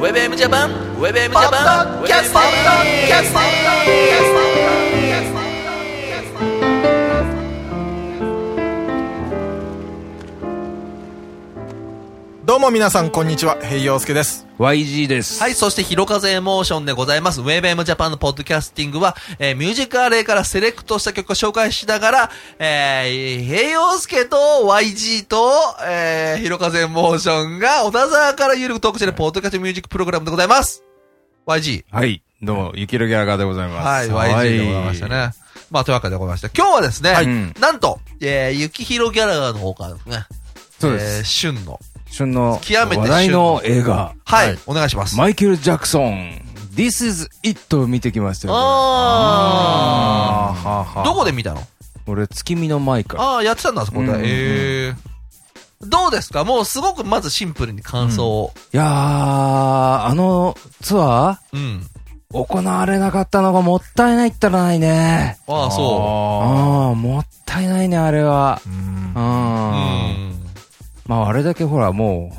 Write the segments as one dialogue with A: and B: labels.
A: WebM ジャパン WebM ジャパン
B: キャストキャストキャストキャストキャスト
C: どうも皆さん、こんにちは。平洋介です。
D: YG です。
A: はい、そして、ひろかぜエモーションでございます。ウェブエムジャパンのポッドキャスティングは、えーミュージックアレイからセレクトした曲を紹介しながら、えー、平洋介と YG と、えー、ひろかぜエモーションが、小田沢からゆるくトークしてるポッドキャストミュージックプログラムでございます。YG。
D: はい。どうも、ゆきるギャラガーでございま
A: はい、
D: す。
A: YG でございましたね。まあ、というわけでございまして、今日はですね、
D: はい
A: なんと、えー、ゆきひろギャラガーの方からですね、
D: そうです
A: えー、旬の、
D: 旬の
A: 極めて旬
D: 話題の映画。
A: はい、お願いします。
D: マイケル・ジャクソン、This is It を見てきましたよ。
A: あ
D: ーはあ
A: ー。
D: はあ
A: どこで見たの
D: 俺、月見の舞か。
A: ああ、やってたんだ、そこで。
D: うんうんうん
A: ええどうですかもうすごくまずシンプルに感想を。
D: いやー、あのツア
A: うん。
D: ー行われなかったのがもったいないったらないね。
A: ああ、そ
D: ああー、もったいないね、あれは。
C: う。うん
D: う。。
A: う。うんん。
D: まあ、あれだけほら、も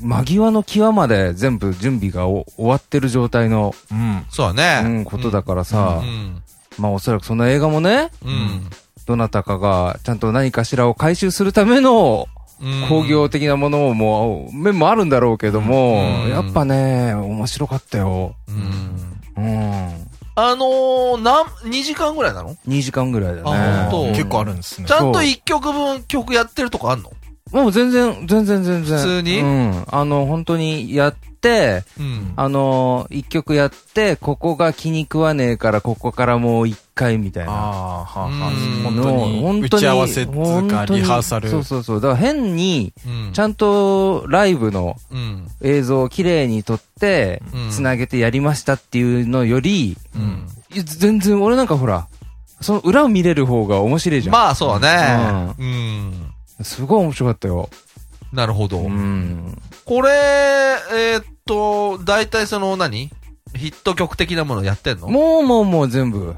D: う、間際の際まで全部準備がお終わってる状態の、
C: うん。
A: そうだ
D: う
A: ね。
D: ん、ことだからさ、
A: うん。
D: まあおそらくその映画もね、
A: うん。
D: どなたかがちゃんと何かしらを回収するための
A: うん
D: 工。業的なものももう、面もあるんだろうけども、
A: うん
D: やっぱね、面白かったよ。
A: うん。
D: うん。
A: あのー、なん、2時間ぐらいなの
D: 2時間ぐらいだね。
A: あ本当
D: うん
C: 結構あるんですね
A: ち。ゃんと1曲分曲やってるとこあんの
D: もう全然、全然全然。
A: 普通に
D: うん。あの、本当にやって、
A: うん。
D: あの、一曲やって、ここが気に食わねえから、ここからもう一回みたいな。
C: ああ、はあ、はあ
A: うん。
C: 本当に。打ち合わせつうか、リハーサル。
D: そうそうそう。だから変に、
A: うん。
D: ちゃんとライブの
A: うん。
D: 映像を綺麗に撮って
A: うん、
D: つなげてやりましたっていうのより、
A: うん。
D: いや全然俺なんかほら、その裏を見れる方が面白いじゃん。
A: まあ、そうだね。うん。
D: すごい面白かったよ。
A: なるほど。
D: うん。
A: これ、えーっと、大体その何、ヒット曲的なものやってんの
D: もうもうもう全部、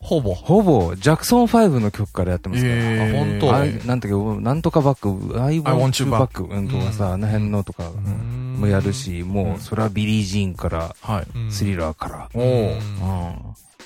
A: ほぼ。
D: ほぼ、ジャクソン5の曲からやってますから。
C: え
A: あ本
C: え
A: 当
D: あれなんだっけ、なんとかバック、アイ
C: want you
D: ボンバックうんとか
A: うん
D: さ、あの辺のとかもやるし、もう、それはビリー・ジーンから、
C: はい。
A: うん、
D: スリラーから、
C: おお
A: う。ん
D: うん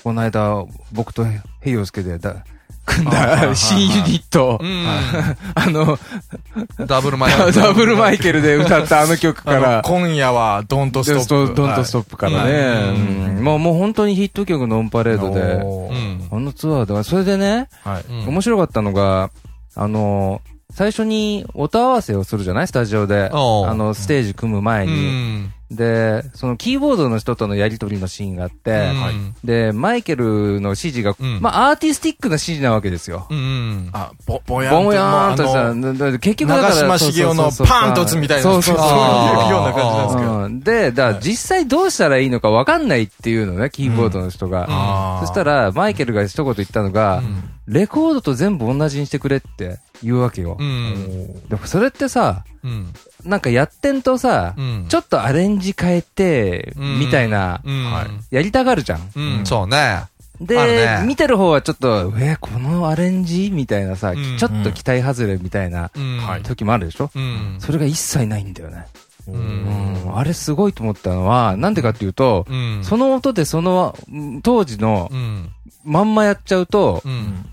D: この間、僕とへヘイヨウスケでだ組ん
C: あはいはいは
D: だ
C: い
D: 新ユニット、
A: う
D: あの、
A: ん。 ダブルマイ
D: ダダブルマイケルで歌ったあの曲
C: か、
D: からら、
C: 今夜は、ドントストップ。
D: ドンとス
C: ッ
D: トップからね、うんもうもう本当にヒット曲のオンパレードで、
A: う。ん。
D: このツアーだから、それでね、
C: はい。
A: うん
D: 面白かったのが、あの、最初に音合わせをするじゃないスタジオで。
A: おう
D: あの、ステージ組む前
A: う
D: に。
A: ん。
D: で、そのキーボードの人とのやりとりのシーンがあって、
A: うん
D: で、マイケルの指示が、
A: うん
D: まあ、アーティスティックな指示なわけですよ。
A: うん。
C: あ、ぼ、ぼやんと。
D: ボンヤーンと
C: あ
D: さ、
C: の
D: だだ結局だか
C: 長
D: ら
C: 嶋
D: そう
C: 茂
D: そ
C: 雄
D: うそ
C: の
D: うそう
C: パーンと打つみたいな。
D: そうそうそう。
C: そう
A: あ
C: い
A: ー
C: うような感じなんですけど。
D: うんで、だから
C: はい
D: 実際どうしたらいいのか分かんないっていうのね、キーボードの人が。
C: あ
D: そ
C: ー
D: した、ら、マイケルが一言言ったのが、レコードと全部同じにしてくれって言うわけよ
A: う。ん。
D: でもそれってさ、
A: うん。
D: なんかやってんとさ、
A: うん。
D: ちょっとアレンジ変えて、
A: うん
D: みたいな、
A: うん。
C: はい
D: やりたがるじゃん。
A: うん。そうね。ある
D: で、
A: ね
D: 見てる方はちょっと、え、このアレンジみたいなさ、
A: うん
D: ちょっと期待外れみたいな
A: うん。
C: はい
D: 時もあるでしょ、
A: うん。
D: それが一切ないんだよね。
A: う。
D: うんん、あれすごいと思ったのは、なんでかっていうと、
A: うん。
D: その音でそのうん当時の
A: うん。
D: まんまやっちゃうと、
A: うん。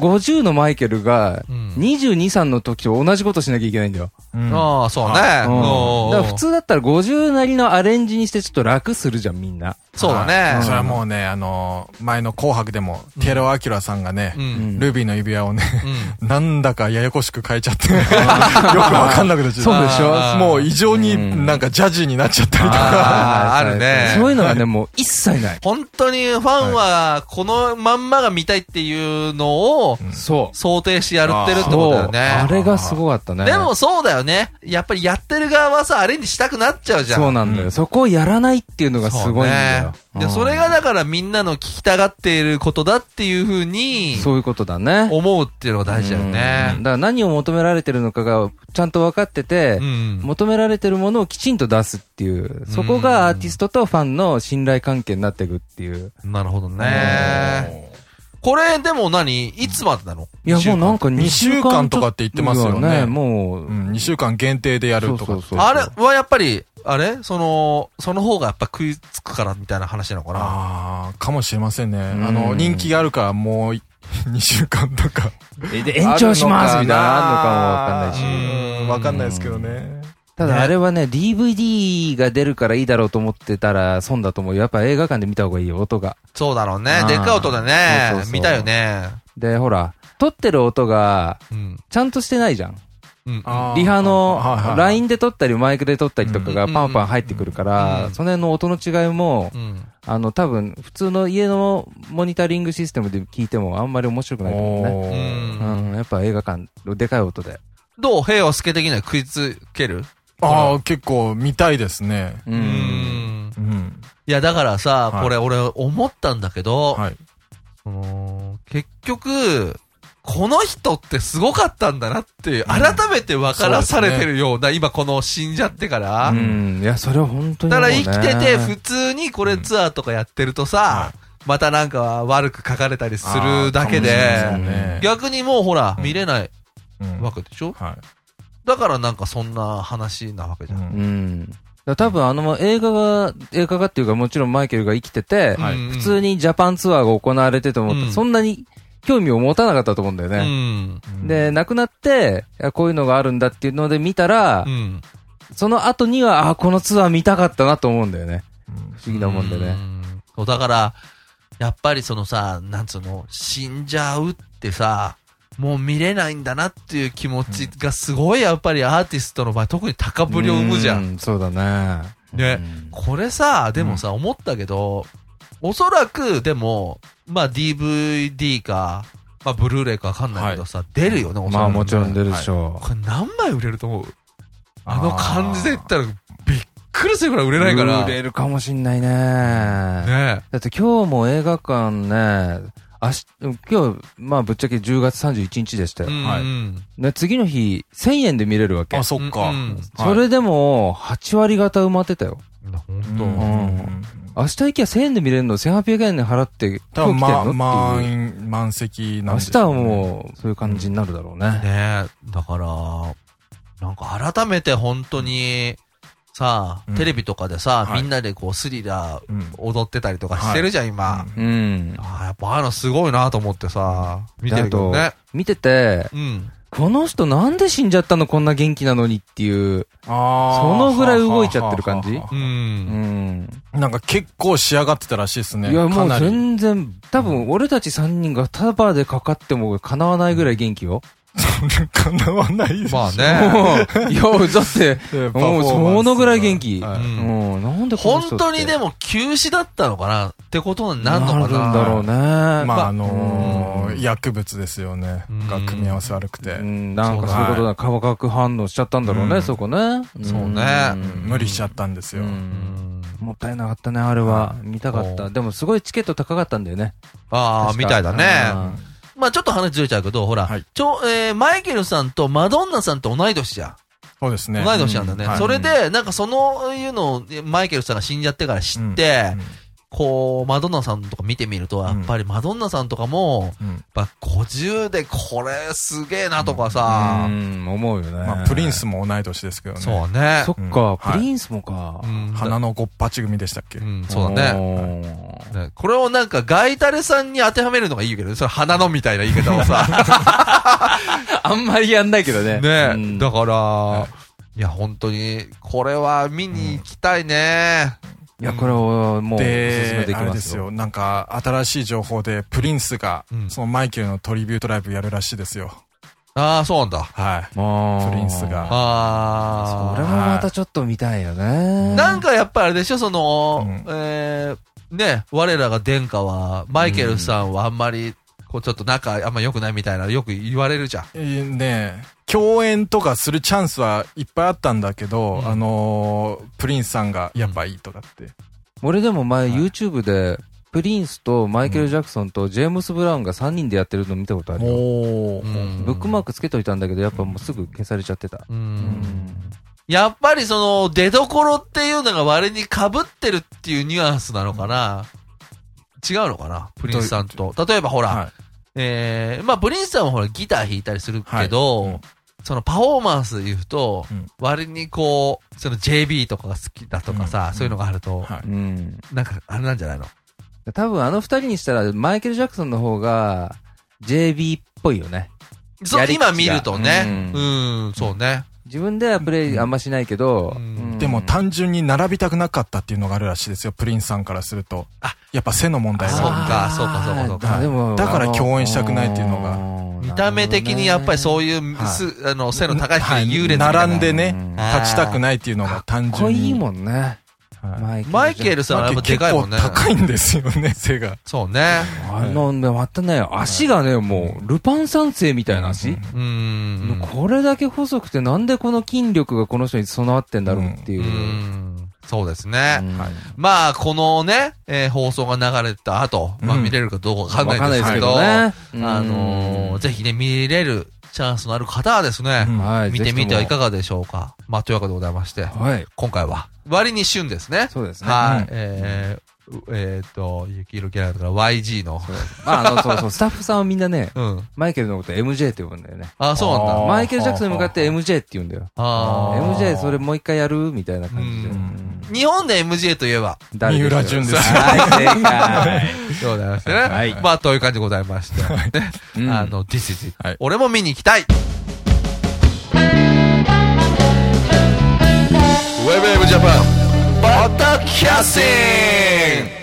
D: 50のマイケルが
A: うん
D: 22、3の時と同じことしなきゃいけないんだよ。
C: うん
A: ああ、そうね。
D: うん、だ
A: おう
D: から普通だったら50なりのアレンジにしてちょっと楽するじゃん、みんな。
A: そう
C: は
A: だ
C: い
A: ね
C: そ。れはもうね、あの、前の紅白でも、テロアキラさんがね
A: う、ん。
D: ん
C: ルビーの指輪をね、
A: うん。
C: なんだかややこしく変えちゃっ て、よくわかんなくなっち
D: そう
C: ゃっ
D: でしょ
C: た。
A: あー
C: もう異常に
D: うん
C: なんかジャジーになっちゃったりとか。
A: あーあるね
D: そういうのはね、 もう一切ない。
A: 本当にファンは、このまんまが見たいっていうのを
D: そ
A: 想定してやるってるってこと
D: そ
A: だ
D: う
A: よ。
D: あ
A: ね。
D: れがすごかったね。
A: でも、そうだよね。やっぱりやってる側はさ、アレンジしたくなっちゃうじゃん。
D: そうなんだ
C: うん
D: よ。そこをやらないっていうのがすごいんだよ
A: そう。ね
D: うん
A: で、それがだからみんなの聞きたがっていることだっていうふうに、
D: そういうことだね。
A: 思うっていうのが大事だよ
D: うん
A: ね。
D: だから何を求められてるのかがちゃんと分かってて
A: う、ん。
D: 求められてるものをきちんと出すっていう、そこがアーティストとファンの信頼関係になっていくっていう。
A: なるほどね。これ、でも何いつまでなの
D: いや、もうなんか2
C: 2週間とかって言ってますよね
D: もう
C: う、ん、2週間限定でやるとか。
D: そうそうそう
A: あれはやっぱり、あれその、その方がやっぱ食いつくからみたいな話なのかな。
C: ああ、かもしれませんね。あの、
D: うん
C: 人気があるからもうい 2週間とか。
D: えで延長しますみたいなのあんのかもわかんないし。
C: うんわかんないですけどね。
D: ただあれはね、DVD が出るからいいだろうと思ってたら損だと思うよ。やっぱ映画館で見た方がいいよ、音が。
A: そうだろうね
D: あ。ー
A: でっかい音でね
D: そうそうそ。う
A: 見たよね。
D: で、ほら、撮ってる音が
A: うん。
D: ちゃんとしてないじゃん。
A: うん。
C: あー
D: リハの
C: はいはいはい
D: LINE で撮ったりマイクで撮ったりとかがパンパン入ってくるか
A: う
D: ら、
A: ん
D: その辺の音の違いも
A: う、ん。
D: あの、多分、普通の家のモニタリングシステムで聞いてもあんまり面白くないと思うね。
C: お
A: う
C: ー
A: ん。
D: うん、やっぱ映画館、でかい音で。
A: どう平和助的には食いつける
C: ああ、結構見たいですね。
D: う。
A: うんん。
C: うん。
A: いや、だからさ、
C: はい
A: これ俺思ったんだけど、
C: はい。
A: その結局、この人ってすごかったんだなっていう、改めて分からされてるような、今この死んじゃってから。
D: うん。いや、それは本当に
A: だ
D: 思
A: か
D: う
A: ら
D: ね。
A: 生きてて、普通にこれツアーとかやってるとさ、またなんか悪く書かれたりするだけ
C: あーかもしれませ
A: で、
C: んね
A: 逆にもうほら、
C: うん
A: 見れない
C: うん
A: わけでしょ
C: はい。
A: だからなんかそんな話なわけじゃん。
D: うん。だから多分あの映画が、映画がっていうかもちろんマイケルが生きてて、
C: はい
A: うん
D: 普通、にジャパンツアーが行われてても、
A: うん
D: そんなに興味を持たなかったと思うんだよ
A: う
D: ね。
A: ん。
C: うん
D: で、亡くなって、いやこういうのがあるんだっていうので見たら
A: う、ん。
D: その後には、あ、このツアー見たかったなと思うんだよね。不思議なもんで
A: う
D: ね。
A: んそうだから、やっぱりそのさ、なんつうの、死んじゃうってさ、もう見れないんだなっていう気持ちがすごいやっぱりアーティストの場合、特に高ぶりを生むじゃん。
D: う。そうだね。
A: ねこれさ、でもさ、思ったけど、おそらく、でも、まあ DVD か、まあブルーレイかわかんないけどさ、出るよね、おそらくね
D: まあもちろん出るでしょ
A: これ何枚売れると思うあの感じで言ったら、びっくりするぐらい売れ
D: う。
A: ないから。
D: 売れ
A: ね
D: るかもしんないね。だって今日も映画館ね、明日、今日、まあぶっちゃけ10月31日でした
A: え。
D: よ
A: う。ん
C: は
A: うん。
D: ね、次の日、1000円で見れるわけ
C: あ、。そっか。
A: うんうん
D: それでも、8割方埋まってたよ。
A: 本
C: と、
A: 当。
C: うん
D: 明日行きゃ1000円で見れるの1800円で払って、
C: 多
D: 今
C: 分、
D: 日来て
C: ま、満
D: んのっていう。
C: 員、満席なん
D: 明
C: です
D: 日はもう、そういう感じになるだろうね。
A: ねえ、だから、なんか改めて本当に、さ
C: うん
A: テレビとかでさ、
C: はい
A: みんなでこうスリラー
C: う。うん。
A: 踊ってたりとかしてるじゃん、今。
D: うん。
A: あーやっぱああいうのすごいなと思ってさ、見てるけど
D: であ
A: ね。
D: 見てて、
A: うん。
D: この人なんで死んじゃったのこんな元気なのにっていう。
C: ああ。
D: そのぐらい動いちゃってる感じ
C: ははは
A: う
C: は
A: ん。
D: ん。
C: なんか結構仕上がってたらしいですね。
D: いや、
C: か
D: もう
C: なり
D: 全然、多分俺たち3人がタバでかかっても叶わないぐらい元気よ。
C: 叶わないです
A: まあ
D: も
A: ね。
D: ういや、だって、
C: えーパフォー
D: も
C: マ
D: う
C: ンス
D: そのぐらい元気。
C: は
A: う
C: い
A: ん
D: うん、なんでこの人
A: 本当にで
D: も、
A: も休止だったのかなってことになるのかな。
D: るんだろうね。
C: ま
D: ま
C: あ、あのー、薬物ですよね
A: うん。
C: が組み合わせ悪くて
D: う。ん、なんかそういうことだ。化学反応しちゃったんだろう
C: う
D: ね、
C: ん
D: そこね。
A: そうね
D: ん
A: うん
C: 無理しちゃったんですよ。
D: う
A: うんん
D: もったいなかったね、あれは。見たかっ
A: お
D: た。
A: う
D: でもすごいチケット高かったんだよね。
A: ああ、
D: 確か
A: みたいだね。
D: うん
A: まあちょっと話ずれちゃうけど、ほら、
C: はい
A: ちょ、えーマイケルさんとマドンナさんと同い年じゃん。
C: そうですね。
A: 同い年なんだね。
C: うんはい
A: それで、なんかそのいうのを、マイケルさんが死んじゃってから知って、こう、マドンナさんとか見てみると、やっぱりマドンナさんとかも、
C: うんうん
A: やっぱ50でこれすげえなとかさ、
D: うん、思うよね。
C: まあ、プリンスも同い年ですけどね。
A: そうね。
D: そっ
C: うん
D: か、
C: はい
D: プリンスもか
A: う。ん、
C: 花のごっぱち組でしたっけ
A: うん、そうだね。
D: ね。
A: ねこれをなんか、ガイタレさんに当てはめるのがいいけどね。それ、花のみたいな言い方をさ。
D: あんまりやんないけどね。う
A: ね
D: ん
A: だから、いや、本当に、これは見に行きたいね。
D: いや、これをもう、おすすめ
C: で
D: で、き
C: あれ
D: ま
C: ですす
D: よ。
C: よ。なんか、新しい情報で、プリンスが
A: うん、
C: そのマイケルのトリビュートライブやるらしいですよ。
A: ああ、そうなんだ。
C: は
D: まあ
C: プリンスが
A: ああ。
D: それもまたちょっと見たいよね。
A: なんかやっぱりあれでしょ、その、
C: うん
A: えー、ね、我らが殿下は、マイケルさんはあんまり、こうちょっと仲あんま良くないみたいな、よく言われるじゃん。
C: い。えーねえ共演とかするチャンスはいっぱいあったんだけど、
A: うん
C: あのープリンスさんがやっぱいいとだって。
D: 俺でも前
C: はい
D: YouTube で、プリンスとマイケル・ジャクソンとジェームス・ブラウンが3人でやってるの見たことあるよ。
C: お
A: う
C: ー。
A: ん
D: ブックマークつけといたんだけど、やっぱもうすぐ消されちゃってた。
A: う。
C: うんん
A: やっぱりその、出所っていうのが割に被ってるっていうニュアンスなのかな。違うのかなプリンスさんと。例えばほら、
C: は
A: えー、まあ、プリンスさんはほら、ギター弾いたりするけど、
C: はいうん
A: そのパフォーマンスで言うと、
C: うん
A: 割にこう、その JB とかが好きだとかさ、
C: うん
A: そういうのがあると、
C: は
D: うん。
A: なんかあれなんじゃないの
D: 多分あの二人にしたら、マイケル・ジャクソンの方が、JB っぽいよね。
A: そう
D: やり口
A: 今
D: が
A: 見るとね、う、
D: うん
A: そうね。
D: 自分ではプレイあんましないけど、
A: う
D: うんん
C: い。でも単純に並びたくなかったっていうのがあるらしいですよ、プリンスさんからすると
A: あ。
C: やっぱ背の問題
A: そ
C: が
A: うか
D: あー
A: そうかそうかそうか
D: あでも
C: だから共演したくないっていうのが
A: 見た目的にやっぱり
D: う
A: そういう、
C: はい
A: すあの、背の高い人に優劣みたいな
C: 並んでね
D: うん、
C: 立ちたくないっていうのが単
D: かっこ
C: 純に。
D: いいもんね。
C: はい
D: マイケル。
A: マイケルさんはやっぱでかいもんね。
C: 結構高いんですよね、背が。
A: そうね。
D: あのね、またね、足がね、もう、ルパン三世みたいな
A: う
D: 足、
A: ーん。
D: これだけ細くて、なんでこの筋力がこの人に備わってんだろうっていうう。
A: ーん。そうですね。
D: うん
A: まあ、このね、えー放送が流れた後、まあ
C: うん
A: 見れるかどうかわかんないですけど、
D: わかんないですけどね
A: あの
D: う
A: ー
D: ん
A: ぜひね、見れるチャンスのある方はですね、
C: うん
D: はい。
A: 見てみてはいかが
D: が
A: でしょうか。まあ、というわけでございまして、
D: はい。
A: 今回は、割に旬ですね。
D: そうですね。
A: はい、
C: うん
A: えー、えーっと、ゆきいろキャラだから YG の。
D: まあ、あの、そうそう、スタッフさんはみんなね、
A: うん。
D: マイケルのこと MJ って呼ぶんだよね。
A: あ、そうなんだ。
C: あー
D: マイケル・ジャクソンに向かって MJ って言うんだよ。
A: あー
D: MJ それもう一回やるみたいな感じで
A: う。
C: ん
A: 日本で MJ といえば、
D: 誰
C: 三
D: でしょう
C: 浦淳です
D: はい、正解。
A: でございましてね。
D: はい
A: まあ、という感じでございまして。ね
D: うん
A: あの、This is it、
C: はい
A: 俺も見に行きたいウェブウェブジャパンバタキャスティン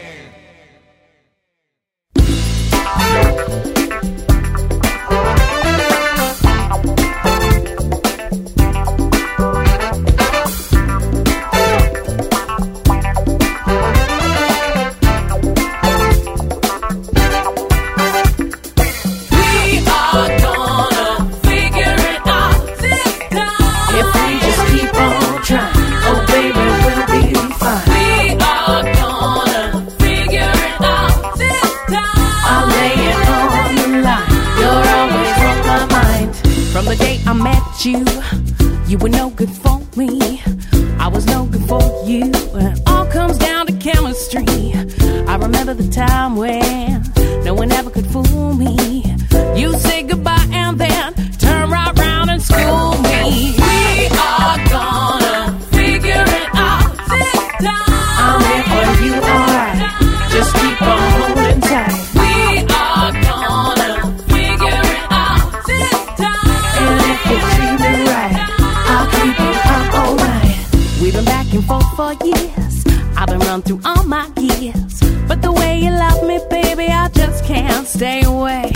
E: From the day I met you, you were no good for me. I was no good for you. It all comes down to chemistry. I remember the time when no one ever could fool me. You say goodbye and then turn right round and school me. We are gonna figure it out this time. I'm here for you, alright. Just keep on holding tight. We are gonna figure it out this time. And if you treat me right, I'll keep you up all night. We've been back and forth for years. I've been run through all my gears. But the way you love me, baby, I just can't stay away.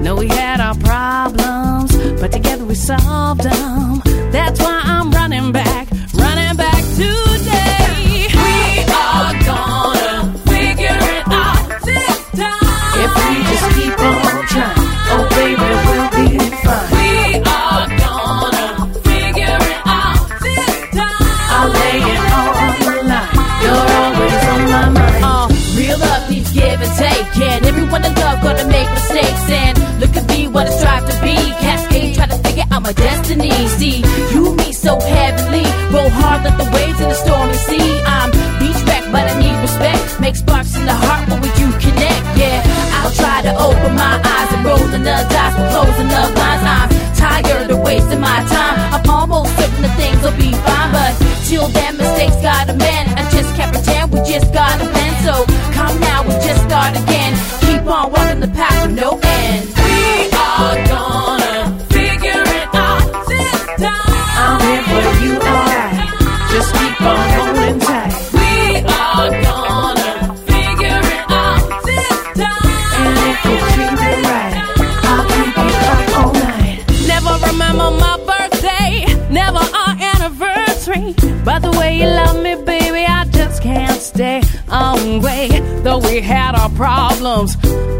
E: No, we had our problems, but together we solved them. That's why I'm running back, running back today. We are gonna figure it out this time. If we just keep on trying, oh baby, we'll be fine. We are gonna figure it out this time. I'll lay it on the line. You're always on my mind.
F: Uh, real love needs give and take, and everyone in love gonna make mistakes. And look at me, what I strive to be. Cascade, try to figure out my destiny. See, you me so heavily, roll hard, let the waves in the stormy sea. I'm beach wreck, but I need respect. Make sparks in the heart when we do connect. Yeah, I'll try to open my eyes and roll the dice for closing love lines. I'm tired of wasting my time. I'm almost certain the things will be fine, but till then mistakes gotta mend. I just can't pretend we just gotta bend. So come now, we just start again. Keep on walking the path with no end.
E: We are gonna figure it out this time.
F: I'm here for you, alright. Just keep on holding tight.
E: We are gonna figure it out this time.
F: And if you treat me right, I'll keep you up all night.
E: Never remember my birthday, never our anniversary. By the way you love me, baby, I just can't stay away. Though we had our problems,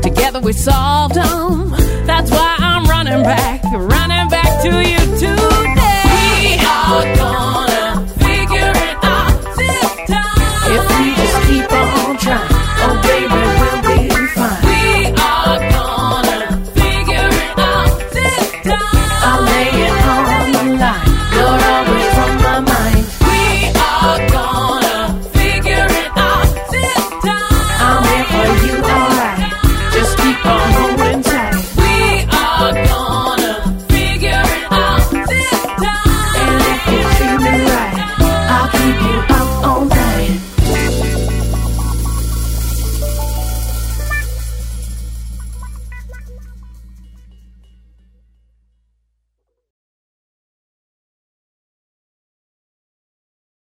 E: together we solved them. That's why I'm running back, running back to you today. oh,